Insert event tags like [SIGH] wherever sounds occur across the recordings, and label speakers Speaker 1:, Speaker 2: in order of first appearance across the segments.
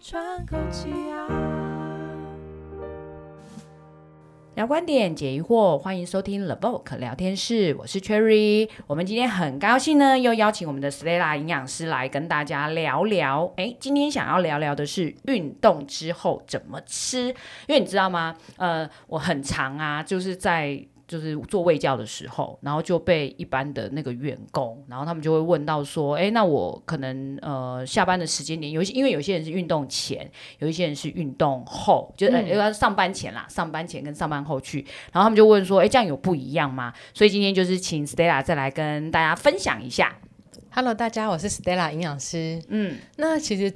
Speaker 1: 喘口气啊！
Speaker 2: 聊观点，解疑惑，欢迎收听 The Voc 聊天室，我是 Cherry。我们今天很高兴呢，又邀请我们的 Stella 营养师来跟大家聊聊。哎，今天想要聊聊的是运动之后怎么吃，因为你知道吗？呃，我很常啊，就是在。就是做卫教的时候，然后就被一般的那个员工，然后他们就会问到说，哎，那我可能呃下班的时间点，有一些因为有些人是运动前，有一些人是运动后，就是、呃
Speaker 1: 嗯
Speaker 2: 因为他上班前啦，上班前跟上班后去，然后他们就问说，哎，这样有不一样吗？所以今天就是请 Stella 再来跟大家分享一下。
Speaker 3: Hello，大家，我是 Stella 营养师。
Speaker 2: 嗯，
Speaker 3: 那其实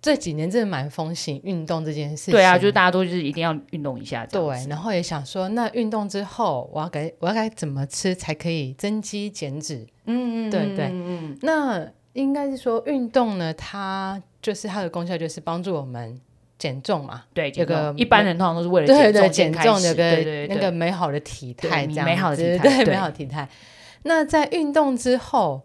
Speaker 3: 这几年真的蛮风行运动这件事情，
Speaker 2: 对啊，就是大家都是一定要运动一下这样
Speaker 3: 对，
Speaker 2: 子。
Speaker 3: 然后也想说，那运动之后，我要该我要该怎么吃才可以增肌减脂？
Speaker 2: 嗯嗯，
Speaker 3: 对对
Speaker 2: 嗯嗯
Speaker 3: 那应该是说运动呢，它就是它的功效就是帮助我们减重嘛，
Speaker 2: 对，
Speaker 3: 有
Speaker 2: 这个
Speaker 3: 个
Speaker 2: 一般人通常都是为了
Speaker 3: 对对，
Speaker 2: 减
Speaker 3: 减
Speaker 2: 重
Speaker 3: 重
Speaker 2: 先
Speaker 3: 有
Speaker 2: 开始对
Speaker 3: 个
Speaker 2: 对对
Speaker 3: 那个美好的体
Speaker 2: 对
Speaker 3: 态，这
Speaker 2: 美
Speaker 3: 样
Speaker 2: 美好的
Speaker 3: 子
Speaker 2: 体态
Speaker 3: 对
Speaker 2: 对
Speaker 3: 美好的体态。那在运动之后，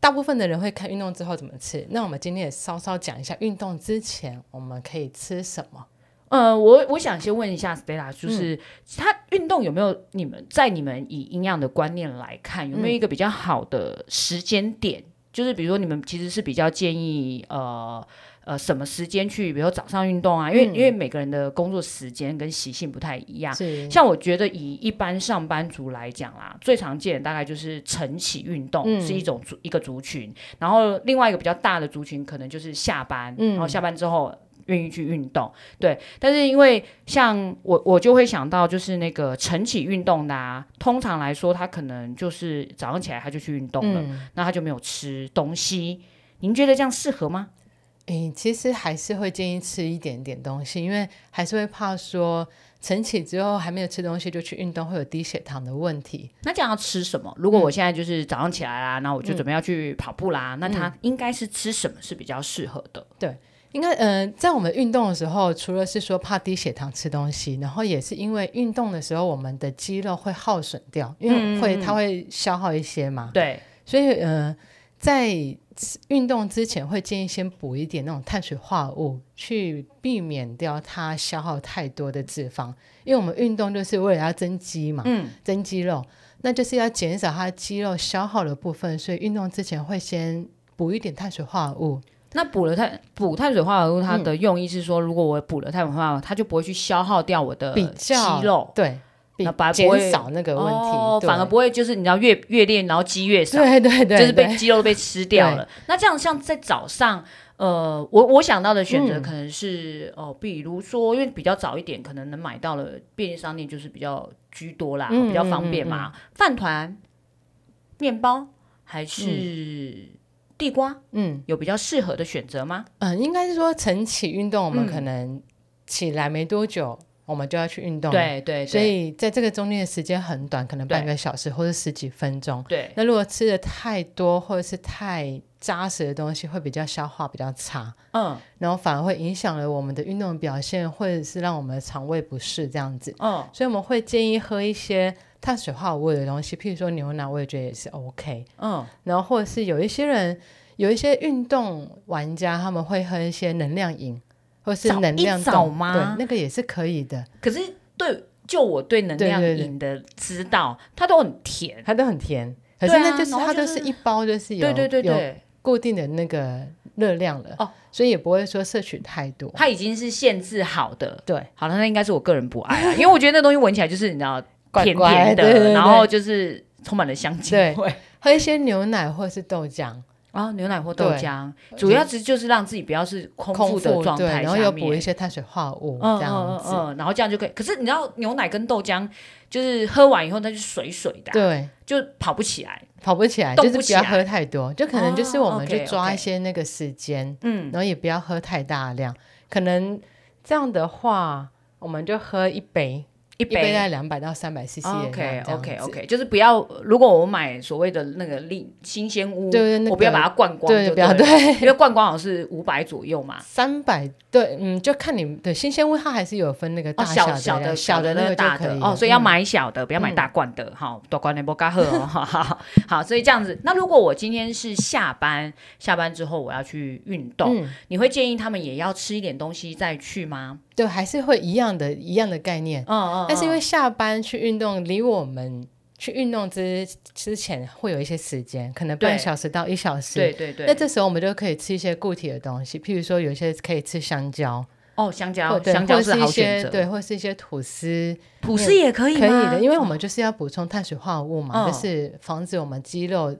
Speaker 3: 大部分的人会看运动之后怎么吃。那我们今天也稍稍讲一下运动之前我们可以吃什么。
Speaker 2: 呃，我我想先问一下 Stella，就是、他运动有没有你们在你们以营养的观念来看，有没有一个比较好的时间点？就是比如说你们其实是比较建议呃呃什么时间去，比如说早上运动啊，因为、因为每个人的工作时间跟习性不太一样。
Speaker 3: 是
Speaker 2: 像我觉得以一般上班族来讲啦，最常见的大概就是晨起运动、
Speaker 3: 嗯
Speaker 2: 是一种族一个族群，然后另外一个比较大的族群可能就是下班，
Speaker 3: 嗯
Speaker 2: 然后下班之后。愿意去运动，对，但是因为像我，我就会想到就是那个晨起运动的啊，通常来说，他可能就是早上起来他就去运动了，
Speaker 3: 嗯，
Speaker 2: 那他就没有吃东西。您觉得这样适合吗？
Speaker 3: 诶、其实还是会建议吃一点点东西，因为还是会怕说晨起之后还没有吃东西就去运动会有低血糖的问题。
Speaker 2: 那这样要吃什么？如果我现在就是早上起来啦，那我就准备要去跑步啦，那他应该是吃什么是比较适合的？
Speaker 3: 应该，嗯、在我们运动的时候，除了是说怕低血糖吃东西，然后也是因为运动的时候，我们的肌肉会耗损掉，因为会、它会消耗一些嘛。
Speaker 2: 嗯对，
Speaker 3: 所以，呃，在吃运动之前会建议先补一点那种碳水化合物，去避免掉它消耗太多的脂肪，因为我们运动就是为了要增肌嘛，
Speaker 2: 嗯，
Speaker 3: 增肌肉，那就是要减少它肌肉消耗的部分，所以运动之前会先补一点碳水化合物。
Speaker 2: 那补了碳补碳水化合物，它的用意是说，如果我补了碳水化合物，它就不会去消耗掉我的
Speaker 3: 比
Speaker 2: 肌
Speaker 3: 较
Speaker 2: 肉，
Speaker 3: 对，比
Speaker 2: 那反而不会
Speaker 3: 减少那个问题，
Speaker 2: 哦，
Speaker 3: 对
Speaker 2: 反而不会就是你知道越越练，然后肌越少，
Speaker 3: 对对对，
Speaker 2: 就是被
Speaker 3: 对
Speaker 2: 肌肉被吃掉了。那这样像在早上。呃，我我想到的选择
Speaker 3: 嗯
Speaker 2: 可能是、哦，比如说，因为比较早一点，可能能买到了便利商店，就是比较居多啦，
Speaker 3: 嗯
Speaker 2: 比较方便嘛。饭团、面包还是地瓜，
Speaker 3: 嗯
Speaker 2: 有比较适合的选择吗？
Speaker 3: 嗯、呃应该是说晨起运动，我
Speaker 2: 嗯
Speaker 3: 们可能起来没多久，我们就要去运动，，
Speaker 2: 对对，
Speaker 3: 所以在这个中间的时间很短，可能
Speaker 2: 对
Speaker 3: 半个小时或者十几分钟。
Speaker 2: 对
Speaker 3: 那如果吃的太多或者是太扎实的东西，会比较消化比较差，
Speaker 2: 嗯
Speaker 3: 然后反而会影响了我们的运动表现，或者是让我们的肠胃不适这样子。
Speaker 2: 嗯
Speaker 3: 所以我们会建议喝一些碳水化合物的东西，譬如说牛奶，我也觉得也是 OK。
Speaker 2: 嗯，
Speaker 3: 然后或者是有一些人，有一些运动玩家，他们会喝一些能量饮，或是
Speaker 2: 早
Speaker 3: 能量
Speaker 2: 一
Speaker 3: 冻
Speaker 2: 早吗
Speaker 3: 对，那个也是可以的，
Speaker 2: 可是对，就我对能量
Speaker 3: 对对对
Speaker 2: 饮的知道，它都很甜。
Speaker 3: 它都很甜。可是
Speaker 2: 对啊
Speaker 3: 那就是
Speaker 2: 然后
Speaker 3: 它
Speaker 2: 就
Speaker 3: 都
Speaker 2: 是
Speaker 3: 是一包，就是有
Speaker 2: 对对对
Speaker 3: 有
Speaker 2: 对，
Speaker 3: 固定的那个热量了，
Speaker 2: 哦
Speaker 3: 所以也不会说摄取太多。
Speaker 2: 它已经是限制好的。
Speaker 3: 对，
Speaker 2: 好了，那应该是我个人不爱啊，因为 [LAUGHS] 我觉得那东西闻起来就是你知道
Speaker 3: 怪
Speaker 2: 甜
Speaker 3: 怪
Speaker 2: 甜的，
Speaker 3: 对对对
Speaker 2: 然后就是充满了香精
Speaker 3: 对
Speaker 2: 味
Speaker 3: 喝一些牛奶或是豆浆，
Speaker 2: 啊，牛奶或豆
Speaker 3: 对
Speaker 2: 浆，主要是就是让自己不要是空腹
Speaker 3: 空
Speaker 2: 的状
Speaker 3: 对，
Speaker 2: 态
Speaker 3: 然
Speaker 2: 下
Speaker 3: 后
Speaker 2: 面。
Speaker 3: 又补一些碳水化合物
Speaker 2: 嗯
Speaker 3: 这样
Speaker 2: 嗯
Speaker 3: 子，
Speaker 2: 嗯，然后这样就可以。可是你知道，牛奶跟豆浆就是喝完以后，它就水水的啊、
Speaker 3: 对。
Speaker 2: 就跑不起来。
Speaker 3: 跑不起来，
Speaker 2: 动
Speaker 3: 就是
Speaker 2: 不
Speaker 3: 不
Speaker 2: 起
Speaker 3: 要
Speaker 2: 来
Speaker 3: 喝太多，就可能就是我
Speaker 2: 哦
Speaker 3: 们
Speaker 2: ，OK，
Speaker 3: 去抓
Speaker 2: OK
Speaker 3: 一些那个时间，
Speaker 2: 嗯
Speaker 3: 嗯，然后也不要喝太大量，可能这样的话，我们就喝一杯，
Speaker 2: 一哦
Speaker 3: 一杯大概两百到三百 CC 的
Speaker 2: OK
Speaker 3: 量这样
Speaker 2: OK
Speaker 3: 子
Speaker 2: OK，就是不要，如果我买所谓的那个利新鲜屋，
Speaker 3: 对对那
Speaker 2: 我不要
Speaker 3: 个
Speaker 2: 把它灌光，
Speaker 3: 对，
Speaker 2: 就
Speaker 3: 不要
Speaker 2: 对了，
Speaker 3: 对。
Speaker 2: 因为灌光好像是五百左右嘛。
Speaker 3: 三百对，嗯，就看你对新鲜味，它还是有分那个
Speaker 2: 哦，
Speaker 3: 大
Speaker 2: 小
Speaker 3: 的、
Speaker 2: 小的
Speaker 3: 小的
Speaker 2: 那个
Speaker 3: 那个
Speaker 2: 大
Speaker 3: 就可
Speaker 2: 的
Speaker 3: 以了
Speaker 2: 哦，所以要
Speaker 3: 嗯
Speaker 2: 买小的，不要买大罐的。好，大罐的不加喝
Speaker 3: [LAUGHS]
Speaker 2: 哦。好好好，所以这样子。那如果我今天是下班，下班之后我要去运动，
Speaker 3: 嗯，
Speaker 2: 你会建议他们也要吃一点东西再去吗？
Speaker 3: 对，还是会一样的，一样的概念。
Speaker 2: 嗯嗯。
Speaker 3: 哎但是因为下班去运动，离我们去运动之之前会有一些时间，可能
Speaker 2: 对
Speaker 3: 半小时到一小时。
Speaker 2: 对对对，
Speaker 3: 那这时候我们就可以吃一些固体的东西，譬如说有一些可以吃香蕉，
Speaker 2: 哦，香
Speaker 3: 或
Speaker 2: 蕉，
Speaker 3: 对
Speaker 2: 香蕉
Speaker 3: 或
Speaker 2: 是
Speaker 3: 是一
Speaker 2: 好选
Speaker 3: 些
Speaker 2: 择。
Speaker 3: 对，或是一些吐司，
Speaker 2: 吐司也可以
Speaker 3: 可以
Speaker 2: 吗哦
Speaker 3: 的，因为我们就是要补充碳水化合物嘛，
Speaker 2: 嗯
Speaker 3: 就是防止我们肌肉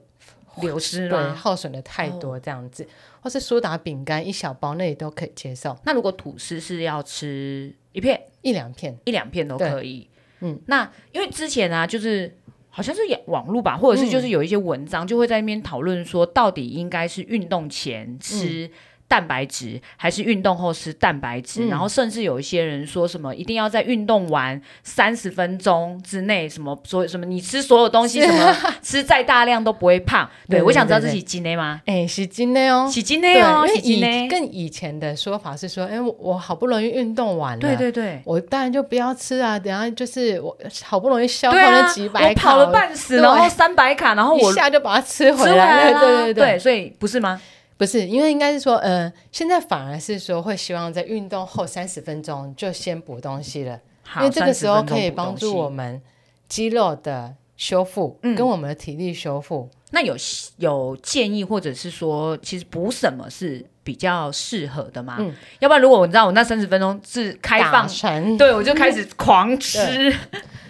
Speaker 2: 流失
Speaker 3: 对
Speaker 2: 嘛。
Speaker 3: 耗损的太
Speaker 2: 哦
Speaker 3: 多这样子，或是苏打饼干一小包那也都可以接受，
Speaker 2: 那如果吐司是要吃一片？
Speaker 3: 一两片。
Speaker 2: 一两片都
Speaker 3: 对
Speaker 2: 可以。
Speaker 3: 嗯，
Speaker 2: 那因为之前啊，就是好像是网络吧，或者是就是有一些文章就会在那边讨论说，到底应该是运动前吃。蛋白质还是运动后吃蛋白质，
Speaker 3: 嗯
Speaker 2: 然后甚至有一些人说什么一定要在运动完三十分钟之内，什么所有什么你吃所有东西，什么 [LAUGHS] 吃再大量都不会胖。对
Speaker 3: 对
Speaker 2: 我想知道这
Speaker 3: 对对
Speaker 2: 是几斤内吗？
Speaker 3: 哎，是真的哦。
Speaker 2: 几斤内哦，
Speaker 3: 对
Speaker 2: 几斤
Speaker 3: 因为以
Speaker 2: 内？
Speaker 3: 更以前的说法是说，哎，我我好不容易运动完了，
Speaker 2: 对对对，
Speaker 3: 我当然就不要吃啊，等下就是我好不容易消耗
Speaker 2: 对啊
Speaker 3: 那几，百
Speaker 2: 我
Speaker 3: 卡，
Speaker 2: 跑了半死，
Speaker 3: 对
Speaker 2: 然后三百卡，然后我
Speaker 3: 一下就把它哦吃
Speaker 2: 吃
Speaker 3: 回来了，
Speaker 2: 啦
Speaker 3: 对对对，
Speaker 2: 所以不是吗？
Speaker 3: 不是，因为应该是说，呃，现在反而是说会希望在运动后三十分钟就先补东西了，
Speaker 2: 好
Speaker 3: 因为这个
Speaker 2: 30
Speaker 3: 时候
Speaker 2: 分钟
Speaker 3: 可以
Speaker 2: 补
Speaker 3: 帮
Speaker 2: 东
Speaker 3: 助
Speaker 2: 西
Speaker 3: 我们肌肉的修复，
Speaker 2: 嗯
Speaker 3: 跟我们的体力修复。
Speaker 2: 那有有建议，或者是说，其实补什么是比较适合的吗？
Speaker 3: 嗯
Speaker 2: 要不然如果我知道我那三十分钟是开
Speaker 3: 打
Speaker 2: 放，
Speaker 3: 成，
Speaker 2: 对我就开始狂
Speaker 3: [LAUGHS]
Speaker 2: 吃，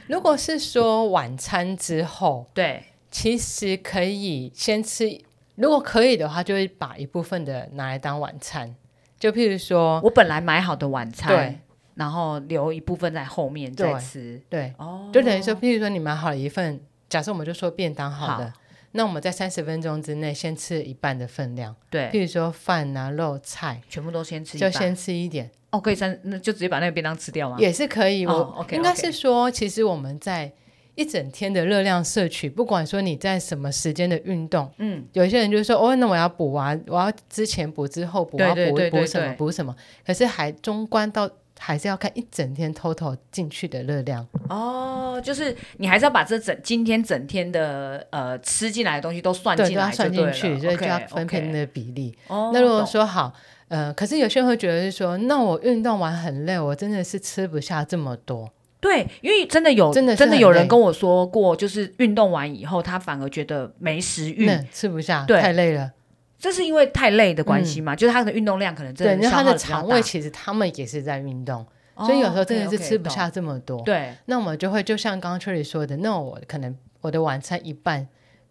Speaker 3: 如果是说晚餐之后，
Speaker 2: 对
Speaker 3: 其实可以先吃，如果可以的话，就会把一部分的拿来当晚餐，就譬如说，
Speaker 2: 我本来买好的晚餐
Speaker 3: 对，
Speaker 2: 然后留一部分在后面再
Speaker 3: 对
Speaker 2: 吃。
Speaker 3: 对，
Speaker 2: 哦，
Speaker 3: 就等于说，譬如说你买好了一份，假设我们就说便当好了，
Speaker 2: 好
Speaker 3: 那我们在三十分钟之内先吃一半的分量，
Speaker 2: 对，
Speaker 3: 譬如说饭啊、肉菜，
Speaker 2: 全部都先吃一
Speaker 3: 就
Speaker 2: 半，
Speaker 3: 先吃一点
Speaker 2: 哦，可以三，那就直接把那个便当吃掉吗？
Speaker 3: 也是可以。我、
Speaker 2: 哦，OK，OK
Speaker 3: 应该是说，其实我们在一整天的热量摄取，不管说你在什么时间的运动，
Speaker 2: 嗯，
Speaker 3: 有些人就说哦，那我要补啊，我要之前补，之后补，我
Speaker 2: 对
Speaker 3: 要
Speaker 2: 对
Speaker 3: 补
Speaker 2: 对对
Speaker 3: 补什么
Speaker 2: 对
Speaker 3: 补什么，可是还终观到还是要看一整天 total 进去的热量。
Speaker 2: 哦，就是你还是要把这整今天整天的呃吃进来的东西都算
Speaker 3: 对，
Speaker 2: 进
Speaker 3: 都要
Speaker 2: 来就
Speaker 3: 算
Speaker 2: 对
Speaker 3: 进
Speaker 2: 了，
Speaker 3: 去，所以
Speaker 2: OK，
Speaker 3: 就要分
Speaker 2: OK
Speaker 3: 配那个比例。
Speaker 2: 哦
Speaker 3: 那如果
Speaker 2: 懂
Speaker 3: 说好，呃，可是有些人会觉得是说，那我运动完很累，我真的是吃不下这么多。
Speaker 2: 对，因为真的有
Speaker 3: 真的是很
Speaker 2: 有人
Speaker 3: 累
Speaker 2: 跟我说过，就是运动完以后，他反而觉得没食欲，
Speaker 3: 那吃不下，
Speaker 2: 嗯对
Speaker 3: 太累了。
Speaker 2: 这是因为太累的关系嘛？就是他的运动量可能真
Speaker 3: 嗯对，
Speaker 2: 的
Speaker 3: 那
Speaker 2: 消
Speaker 3: 他
Speaker 2: 耗得
Speaker 3: 的
Speaker 2: 比较
Speaker 3: 肠
Speaker 2: 大
Speaker 3: 胃其实他们也是在运动，所以有时候真的是吃
Speaker 2: 哦
Speaker 3: 不。下这么多。
Speaker 2: ，OK，OK，懂对，
Speaker 3: 那我们就会就像刚刚 Cherry 说的，那我可能我的晚餐一半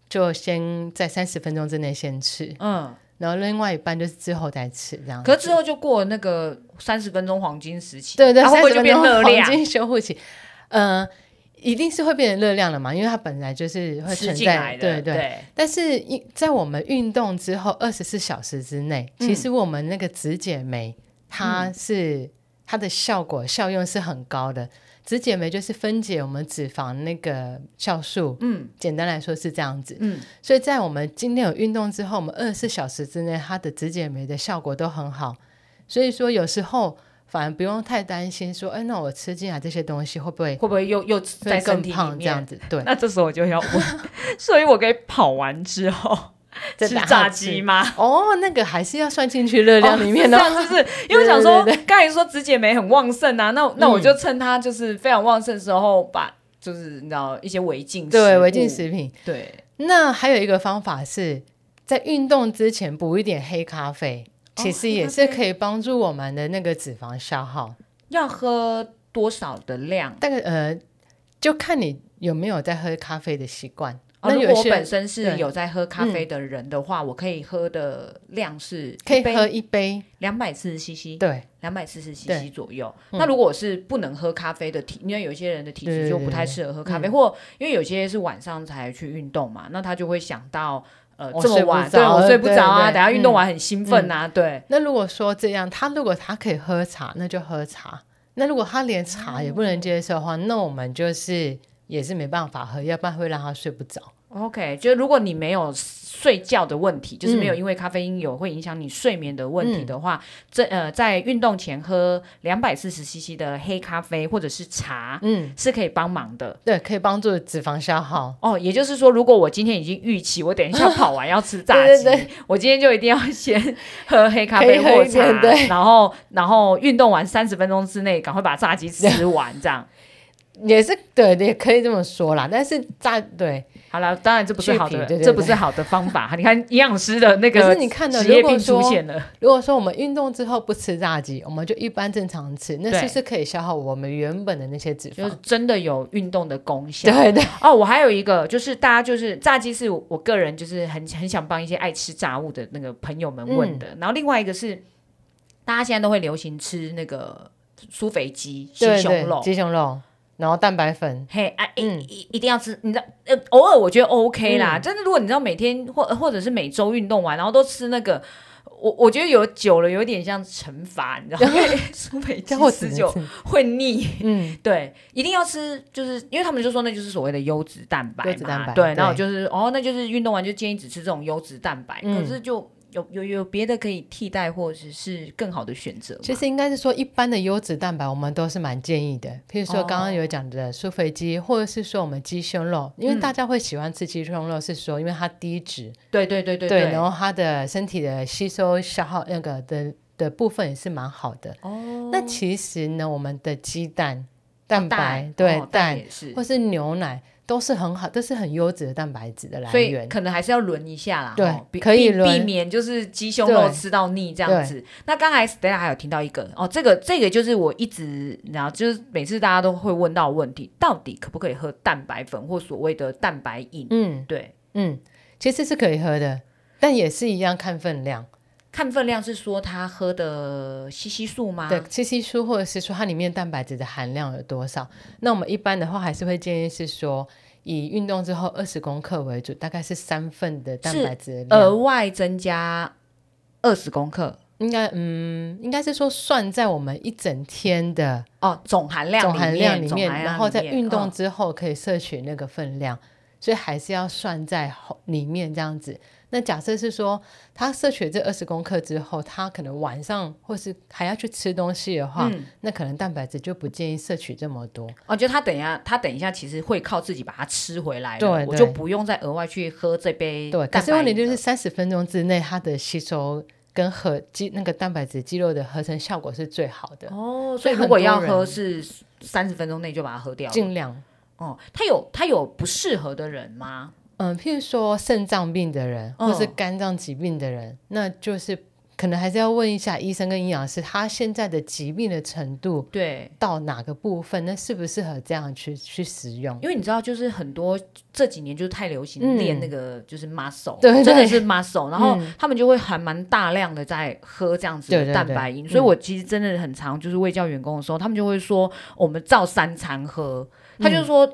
Speaker 3: 就先在三十分钟之内先吃，
Speaker 2: 嗯，
Speaker 3: 然后另外一半就是之后再吃这样子。
Speaker 2: 可是之后就过了那个三十分钟黄金时期，
Speaker 3: 对对，
Speaker 2: 它会
Speaker 3: 三
Speaker 2: 不会
Speaker 3: 十
Speaker 2: 就
Speaker 3: 分
Speaker 2: 变
Speaker 3: 钟
Speaker 2: 热量
Speaker 3: 黄？金修复期，呃，一定是会变成热量了嘛，因为它本来就是会
Speaker 2: 吃
Speaker 3: 存
Speaker 2: 进来
Speaker 3: 在，
Speaker 2: 的，
Speaker 3: 对
Speaker 2: 对
Speaker 3: 对。但是一在我们运动之后二十四小时之内，
Speaker 2: 嗯
Speaker 3: 其实我们那个脂解酶，它是、它的效果效用是很高的。脂解酶就是分解我们脂肪那个酵素，
Speaker 2: 嗯
Speaker 3: 简单来说是这样子。
Speaker 2: 嗯，
Speaker 3: 所以在我们今天有运动之后，我们二十四小时之内，它的脂解酶的效果都很好。所以说，有时候反而不用太担心说，哎，那我吃进来这些东西会不会
Speaker 2: 会不会又又在
Speaker 3: 会
Speaker 2: 身
Speaker 3: 更
Speaker 2: 体里
Speaker 3: 胖这样
Speaker 2: 面？
Speaker 3: 子？
Speaker 2: [LAUGHS]
Speaker 3: 对，
Speaker 2: 那这时候我就要问，所以我可以跑完之后
Speaker 3: 再
Speaker 2: 吃
Speaker 3: 打
Speaker 2: 炸
Speaker 3: 下
Speaker 2: 鸡
Speaker 3: 去
Speaker 2: 吗？
Speaker 3: 哦，那个还是要算进去热量里面的。
Speaker 2: 哦是这样是不是？因为我想说
Speaker 3: 对，嗯
Speaker 2: 刚才说紫姐梅很旺盛啊，那那我就趁她就是非常旺盛的时候，把就是你知道一些违禁
Speaker 3: 对，
Speaker 2: 物
Speaker 3: 违禁，食品。
Speaker 2: 对，
Speaker 3: 那还有一个方法是在运动之前补一点黑咖啡，
Speaker 2: 哦
Speaker 3: 其实
Speaker 2: 黑
Speaker 3: 也
Speaker 2: 咖啡
Speaker 3: 是可以帮助我们的那个脂肪消耗。
Speaker 2: 要喝多少的量？
Speaker 3: 大概呃，就看你有没有在喝咖啡的习惯。
Speaker 2: 哦、
Speaker 3: 那
Speaker 2: 如
Speaker 3: 有
Speaker 2: 果我
Speaker 3: 些
Speaker 2: 本
Speaker 3: 人
Speaker 2: 身是
Speaker 3: 对嗯
Speaker 2: 有在喝咖啡的人的话，我可以喝的量是
Speaker 3: 可以喝一杯，
Speaker 2: 两百四十 CC，
Speaker 3: 对
Speaker 2: 两百四十 CC
Speaker 3: 对
Speaker 2: 左右。
Speaker 3: 嗯
Speaker 2: 那如果是不能喝咖啡的体，因为有些人的体
Speaker 3: 对
Speaker 2: 质
Speaker 3: 对
Speaker 2: 就
Speaker 3: 对
Speaker 2: 不太
Speaker 3: 对
Speaker 2: 适合喝咖啡，或因为有些是晚上才去运动嘛，那他就会想到呃
Speaker 3: 我
Speaker 2: 这么
Speaker 3: 哦睡不
Speaker 2: 晚，
Speaker 3: 着
Speaker 2: 对我睡不
Speaker 3: 对
Speaker 2: 着啊，
Speaker 3: 对
Speaker 2: 等下运
Speaker 3: 嗯
Speaker 2: 动完很兴奋啊，对。
Speaker 3: 那如果说这样，他如果他可以喝茶，那就喝茶。那如果他连茶也不能接受的话，那我们就是也是没办法喝，要不然会让他睡不着。
Speaker 2: OK，就是如果你没有睡觉的问题，就是没有
Speaker 3: 嗯
Speaker 2: 因为咖啡因有会影响你睡眠的问题的话，这呃在运动前喝两百四十 CC 的黑咖啡或者是茶、
Speaker 3: 嗯，
Speaker 2: 是可以帮忙的。
Speaker 3: 对，可以帮助脂肪消耗。
Speaker 2: 哦，也就是说，如果我今天已经预期我等一
Speaker 3: [LAUGHS]
Speaker 2: 下跑完要吃炸
Speaker 3: 对
Speaker 2: 鸡，
Speaker 3: 对
Speaker 2: 我今天就一定要先喝黑咖啡
Speaker 3: 可以喝
Speaker 2: 或
Speaker 3: 一
Speaker 2: 茶
Speaker 3: 点，对
Speaker 2: 然后然后运动完三十分钟之内赶快把炸鸡吃完，这样。
Speaker 3: 也是对，也可以这么说啦。但是炸对，
Speaker 2: 好了，当然这不是好
Speaker 3: 去
Speaker 2: 的，
Speaker 3: 皮对对
Speaker 2: 这不是好的方法。你看营养师的那
Speaker 3: 可
Speaker 2: 个
Speaker 3: 是你看到
Speaker 2: 职业
Speaker 3: 如果
Speaker 2: 病出
Speaker 3: 说
Speaker 2: 现了，
Speaker 3: 如果说我们运动之后不吃炸鸡，我们就一般正常吃，那
Speaker 2: 对
Speaker 3: 是不是可以消耗我们原本的那些脂
Speaker 2: 就是
Speaker 3: 肪？
Speaker 2: 真的有运动的功效。
Speaker 3: 对对，
Speaker 2: 哦，我还有一个就是大家就是炸鸡是我个人就是很很想帮一些爱吃炸物的那个朋友们
Speaker 3: 嗯
Speaker 2: 问的，然后另外一个是大家现在都会流行吃那个酥肥鸡、鸡
Speaker 3: 对
Speaker 2: 胸
Speaker 3: 对，
Speaker 2: 肉。
Speaker 3: 鸡胸肉，然后蛋白粉，
Speaker 2: 嘿，啊，一
Speaker 3: 嗯
Speaker 2: 一一定要吃，你知道，呃，偶尔我觉得 OK 啦。
Speaker 3: 嗯
Speaker 2: 真的，如果你知道每天或或者是每周运动完，然后都吃那个，我我觉得有久了有点像惩罚，你知
Speaker 3: [LAUGHS]
Speaker 2: 道吗？因为酥肥鸡
Speaker 3: 这样我只
Speaker 2: 吃
Speaker 3: 能
Speaker 2: 久
Speaker 3: 吃
Speaker 2: 会腻。
Speaker 3: 嗯，
Speaker 2: 对，一定要吃，就是因为他们就说那就是所谓的优质蛋白嘛，
Speaker 3: 优质蛋白
Speaker 2: 对，然后
Speaker 3: 对
Speaker 2: 就是哦，那就是运动完就建议只吃这种优质蛋白，
Speaker 3: 嗯
Speaker 2: 可是就有有有别的可以替代或者是更好的选择吗。
Speaker 3: 其实应该是说一般的优质蛋白，我们都是蛮建议的。譬如说刚刚有讲的苏肥鸡，或者是说我们鸡胸肉，
Speaker 2: 嗯
Speaker 3: 因为大家会喜欢吃鸡胸肉，是说因为它低脂，
Speaker 2: 对对对对
Speaker 3: 然后它的身体的吸收消耗那个的的部分也是蛮好的。
Speaker 2: 哦，
Speaker 3: 那其实呢，我们的鸡蛋、
Speaker 2: 哦
Speaker 3: 蛋白、
Speaker 2: 蛋
Speaker 3: 对、
Speaker 2: 哦蛋
Speaker 3: 蛋
Speaker 2: 也是
Speaker 3: 或，是牛奶都是很好，都是很优质的蛋白质的来
Speaker 2: 所以
Speaker 3: 源。
Speaker 2: 可能还是要轮一下啦，
Speaker 3: 对
Speaker 2: 哦避
Speaker 3: 可以
Speaker 2: 避
Speaker 3: 轮
Speaker 2: 避免就是鸡胸肉
Speaker 3: 对
Speaker 2: 吃到腻这样子。那刚才 Stella 还有听到一个哦，这个这个就是我一直然后就是每次大家都会问到的问题，到底可不可以喝蛋白粉或所谓的蛋白饮？
Speaker 3: 嗯
Speaker 2: 对，
Speaker 3: 嗯，其实是可以喝的，但也是一样看分量。
Speaker 2: 看分量是说他喝的西西数吗？
Speaker 3: 对，七七酥或者是说它里面蛋白质的含量有多少？那我们一般的话还是会建议是说，以运动之后二十公克为主，大概是三份的蛋白质量。
Speaker 2: 额外增加二十公克
Speaker 3: 应该嗯，应该是说算在我们一整天的
Speaker 2: 哦，总含量
Speaker 3: 总含量
Speaker 2: 里
Speaker 3: 里
Speaker 2: 面，
Speaker 3: 面，然后在运动
Speaker 2: 嗯
Speaker 3: 之后可以摄取那个分量，所以还是要算在后里面这样子。那假设是说他摄取这二十公克之后，他可能晚上或是还要去吃东西的话，
Speaker 2: 嗯
Speaker 3: 那可能蛋白质就不建议摄取这么多。
Speaker 2: 哦，就他等一下，他等一下其实会靠自己把它吃回来了，
Speaker 3: 对
Speaker 2: 我
Speaker 3: 对
Speaker 2: 就不用再额外去喝这杯
Speaker 3: 对，可
Speaker 2: 蛋
Speaker 3: 是
Speaker 2: 白
Speaker 3: 问题
Speaker 2: 饮
Speaker 3: 就是
Speaker 2: 了
Speaker 3: 三十分钟之内，它的吸收跟和肌那个蛋白质肌肉的合成效果是最好的，
Speaker 2: 哦，所以
Speaker 3: 所以
Speaker 2: 如果
Speaker 3: 很多
Speaker 2: 要喝
Speaker 3: 人
Speaker 2: 是三十分钟内就把它喝掉了。
Speaker 3: 尽量。
Speaker 2: 哦，他有他有不适合的人吗？
Speaker 3: 嗯，譬如说肾脏病的人，
Speaker 2: 嗯
Speaker 3: 或是肝脏疾病的人，那就是可能还是要问一下医生跟营养师，他现在的疾病的程度
Speaker 2: 对，
Speaker 3: 到哪个部分，那适不适合这样去去使用？
Speaker 2: 因为你知道，就是很多这几年就是太流行
Speaker 3: 嗯
Speaker 2: 练那个就是 muscle，、
Speaker 3: 对对
Speaker 2: 真的是 muscle，然后
Speaker 3: 嗯
Speaker 2: 他们就会还蛮大量的在喝这样子
Speaker 3: 对嗯
Speaker 2: 的
Speaker 3: 对
Speaker 2: 蛋白饮，
Speaker 3: 对
Speaker 2: 所以我其实真的很常就是喂教员工的时候，他们就会说我们照三餐喝，他
Speaker 3: 嗯
Speaker 2: 就说、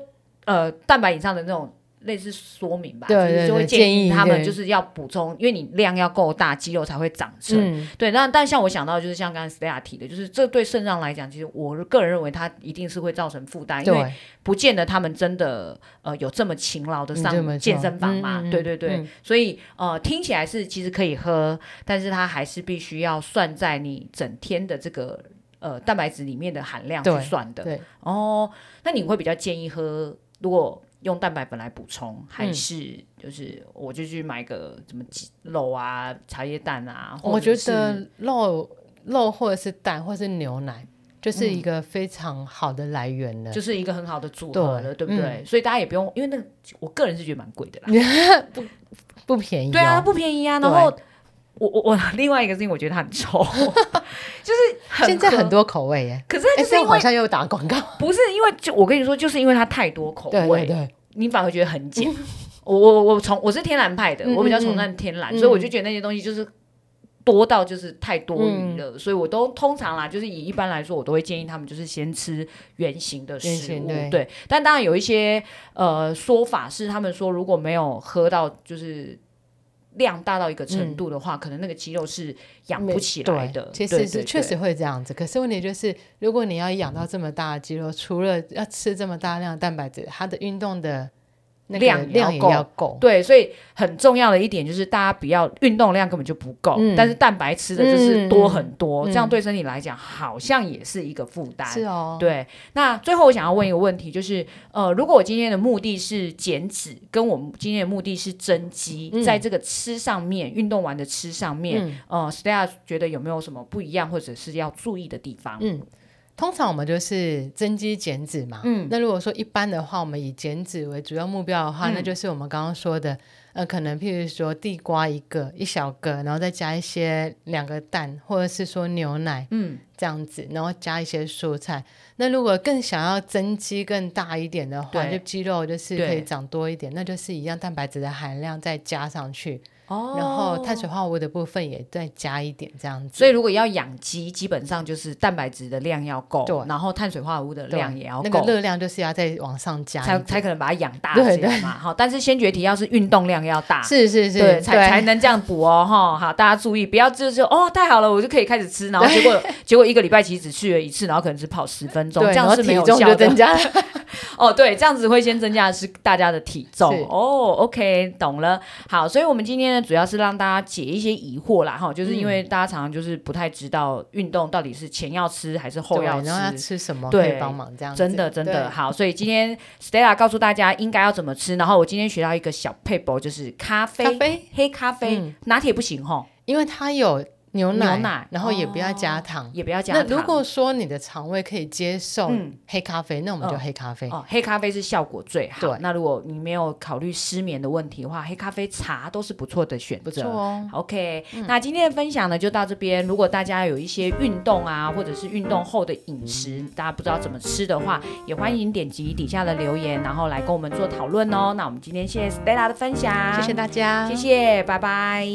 Speaker 2: 呃蛋白以上的那种。类似说明吧，
Speaker 3: 对对
Speaker 2: 就是就会
Speaker 3: 对
Speaker 2: 建议
Speaker 3: 建议
Speaker 2: 他们
Speaker 3: 对
Speaker 2: 就是要补充，因为你量要够大，肌肉才会长成。
Speaker 3: 嗯，
Speaker 2: 对，那但像我想到就是像刚才 Stella 提的，就是这对肾脏来讲，其实我个人认为它一定是会造成负担，因为
Speaker 3: 对，
Speaker 2: 不见得他们真的呃有这么勤劳的
Speaker 3: 嗯这么
Speaker 2: 上
Speaker 3: 说
Speaker 2: 健身房嘛，
Speaker 3: 嗯嗯嗯
Speaker 2: 对对对，
Speaker 3: 嗯
Speaker 2: 所以呃听起来是其实可以喝，但是它还是必须要算在你整天的这个呃蛋白质里面的含量去
Speaker 3: 对
Speaker 2: 算的。
Speaker 3: 对，
Speaker 2: 哦，那你会比较建议喝，如果用蛋白粉来补充，还
Speaker 3: 嗯
Speaker 2: 是就是我就去买个什么鸡肉啊、茶叶蛋啊？或
Speaker 3: 我
Speaker 2: 者
Speaker 3: 觉
Speaker 2: 是
Speaker 3: 得肉肉或者是蛋或是牛奶，就是一个非常好的来源了。
Speaker 2: 嗯就是一个很好的组合了，对
Speaker 3: 对嗯
Speaker 2: 不对？所以大家也不用，因为那个我个人是觉得蛮贵的啦。
Speaker 3: 不便宜、哦。
Speaker 2: 对啊，它不便宜啊。然
Speaker 3: 对
Speaker 2: 后我我 [LAUGHS] 我另外一个事情，我觉得它很臭， [LAUGHS] 就是很
Speaker 3: 现在很
Speaker 2: 多，
Speaker 3: 多口味耶。
Speaker 2: 可是它就
Speaker 3: 哎，
Speaker 2: 是
Speaker 3: 这
Speaker 2: 因
Speaker 3: 样好
Speaker 2: 为
Speaker 3: 像又打广告。
Speaker 2: 不是因为就我跟你说，就是因为它太多口
Speaker 3: 对
Speaker 2: 味，
Speaker 3: 对对，
Speaker 2: 你反而觉得很假。 [LAUGHS] 我我我从我是天然派的，
Speaker 3: 嗯
Speaker 2: 我比较
Speaker 3: 嗯
Speaker 2: 崇
Speaker 3: 嗯
Speaker 2: 尚天然，
Speaker 3: 嗯
Speaker 2: 所以我就觉得那些东西就是。多到就是太多余
Speaker 3: 嗯
Speaker 2: 了，所以我都通常啦，就是以一般来说，我都会建议他们就是先吃原形的
Speaker 3: 原
Speaker 2: 食
Speaker 3: 形
Speaker 2: 物，
Speaker 3: 对
Speaker 2: 但当然有一些呃说法是他们说如果没有喝到就是量大到一个程度的话，可能那个肌肉是养不起来的。
Speaker 3: 嗯其
Speaker 2: 对
Speaker 3: 实是确，实
Speaker 2: 对对嗯
Speaker 3: 会这样子。可是问题就是，如果你要养到这么大的肌肉，除了要吃这么大量的蛋白质，它的运动的那个
Speaker 2: 量也要
Speaker 3: 量也
Speaker 2: 够
Speaker 3: 要够。
Speaker 2: 对，所以很重要的一点就是，大家不要运动量根本就不够，
Speaker 3: 嗯
Speaker 2: 但是蛋白吃的就是多很多，
Speaker 3: 嗯嗯
Speaker 2: 这样对身体来讲好像也是一个负担。
Speaker 3: 是哦，
Speaker 2: 对，那最后我想要问一个问题，就是呃，如果我今天的目的是减脂，跟我们今天的目的是增肌，
Speaker 3: 嗯
Speaker 2: 在这个吃上面，运动完的吃上面，呃，Stella 觉得有没有什么不一样，或者是要注意的地方？
Speaker 3: 嗯，通常我们就是增肌减脂嘛。
Speaker 2: 嗯
Speaker 3: 那如果说一般的话，我们以减脂为主要目标的话，
Speaker 2: 嗯
Speaker 3: 那就是我们刚刚说的，呃，可能譬如说地瓜一个一小个，然后再加一些两个蛋，或者是说牛奶
Speaker 2: 嗯
Speaker 3: 这样子，然后加一些蔬菜。那如果更想要增肌更大一点的话，
Speaker 2: 对
Speaker 3: 就肌肉就是
Speaker 2: 对
Speaker 3: 可以长多一点，那就是一样蛋白质的含量再加上去，
Speaker 2: 哦
Speaker 3: 然后碳水化合物的部分也再加一点这样子。
Speaker 2: 所以如果要养鸡，基本上就是蛋白质的量要够，
Speaker 3: 对
Speaker 2: 然后碳水化合物的
Speaker 3: 对
Speaker 2: 量也要
Speaker 3: 那
Speaker 2: 够
Speaker 3: 个。热量就是要再往上加一
Speaker 2: 才
Speaker 3: 点，
Speaker 2: 才可能把它养大
Speaker 3: 对
Speaker 2: 起来
Speaker 3: 对
Speaker 2: 嘛，好，但是先决题要是运动量要大，
Speaker 3: 是是是，
Speaker 2: 对，才才能这样补哦，哈，好，大家注意，不要就是哦，太好了，我就可以开始吃，然后结果结果一个礼拜其实只去了一次，然后可能只跑十分钟，
Speaker 3: 对，
Speaker 2: 这
Speaker 3: 然
Speaker 2: 样
Speaker 3: 后
Speaker 2: 是没
Speaker 3: 体
Speaker 2: 有
Speaker 3: 重
Speaker 2: 效
Speaker 3: 就增
Speaker 2: 的。
Speaker 3: 加了。
Speaker 2: 哦，对，这样子会先增加的是大家的体重
Speaker 3: 是
Speaker 2: 哦。OK，懂了。好，所以我们今天呢，主要是让大家解一些疑惑啦，哈，就是因
Speaker 3: 嗯
Speaker 2: 为大家常常就是不太知道运动到底是前要吃还是 [LAUGHS] 后
Speaker 3: 对
Speaker 2: 要
Speaker 3: 然后要
Speaker 2: 吃。
Speaker 3: 吃什么
Speaker 2: 对
Speaker 3: 可以帮忙这样子？
Speaker 2: 真的，真的
Speaker 3: 对，
Speaker 2: 好，所以今天 Stella 告诉大家应该要怎么吃，然后我今天学到一个小配博，就是咖啡，
Speaker 3: 咖啡，
Speaker 2: 黑咖啡，
Speaker 3: 嗯
Speaker 2: 拿铁不行吼，
Speaker 3: 因为它有牛
Speaker 2: 牛
Speaker 3: 奶，
Speaker 2: 奶
Speaker 3: 然后也不要
Speaker 2: 哦
Speaker 3: 加糖。
Speaker 2: 也不要加
Speaker 3: 那
Speaker 2: 糖。
Speaker 3: 如果说你的肠胃可以接受
Speaker 2: 嗯
Speaker 3: 黑咖啡，那我们就
Speaker 2: 嗯
Speaker 3: 黑咖啡。
Speaker 2: 哦，黑咖啡是效果最好。
Speaker 3: 对
Speaker 2: 那如果你没有考虑失眠的问题的话，黑咖啡茶都是不错的选
Speaker 3: 不
Speaker 2: 择。
Speaker 3: 错哦，
Speaker 2: OK，、那今天的分享呢就到这边。如果大家有一些运动啊，或者是运动后的饮食，大家不知道怎么吃的话，也欢迎点击底下的留言，然后来跟我们做讨论哦。那我们今天谢谢 Stella 的分享，
Speaker 3: 谢谢大家，
Speaker 2: 谢谢，拜拜。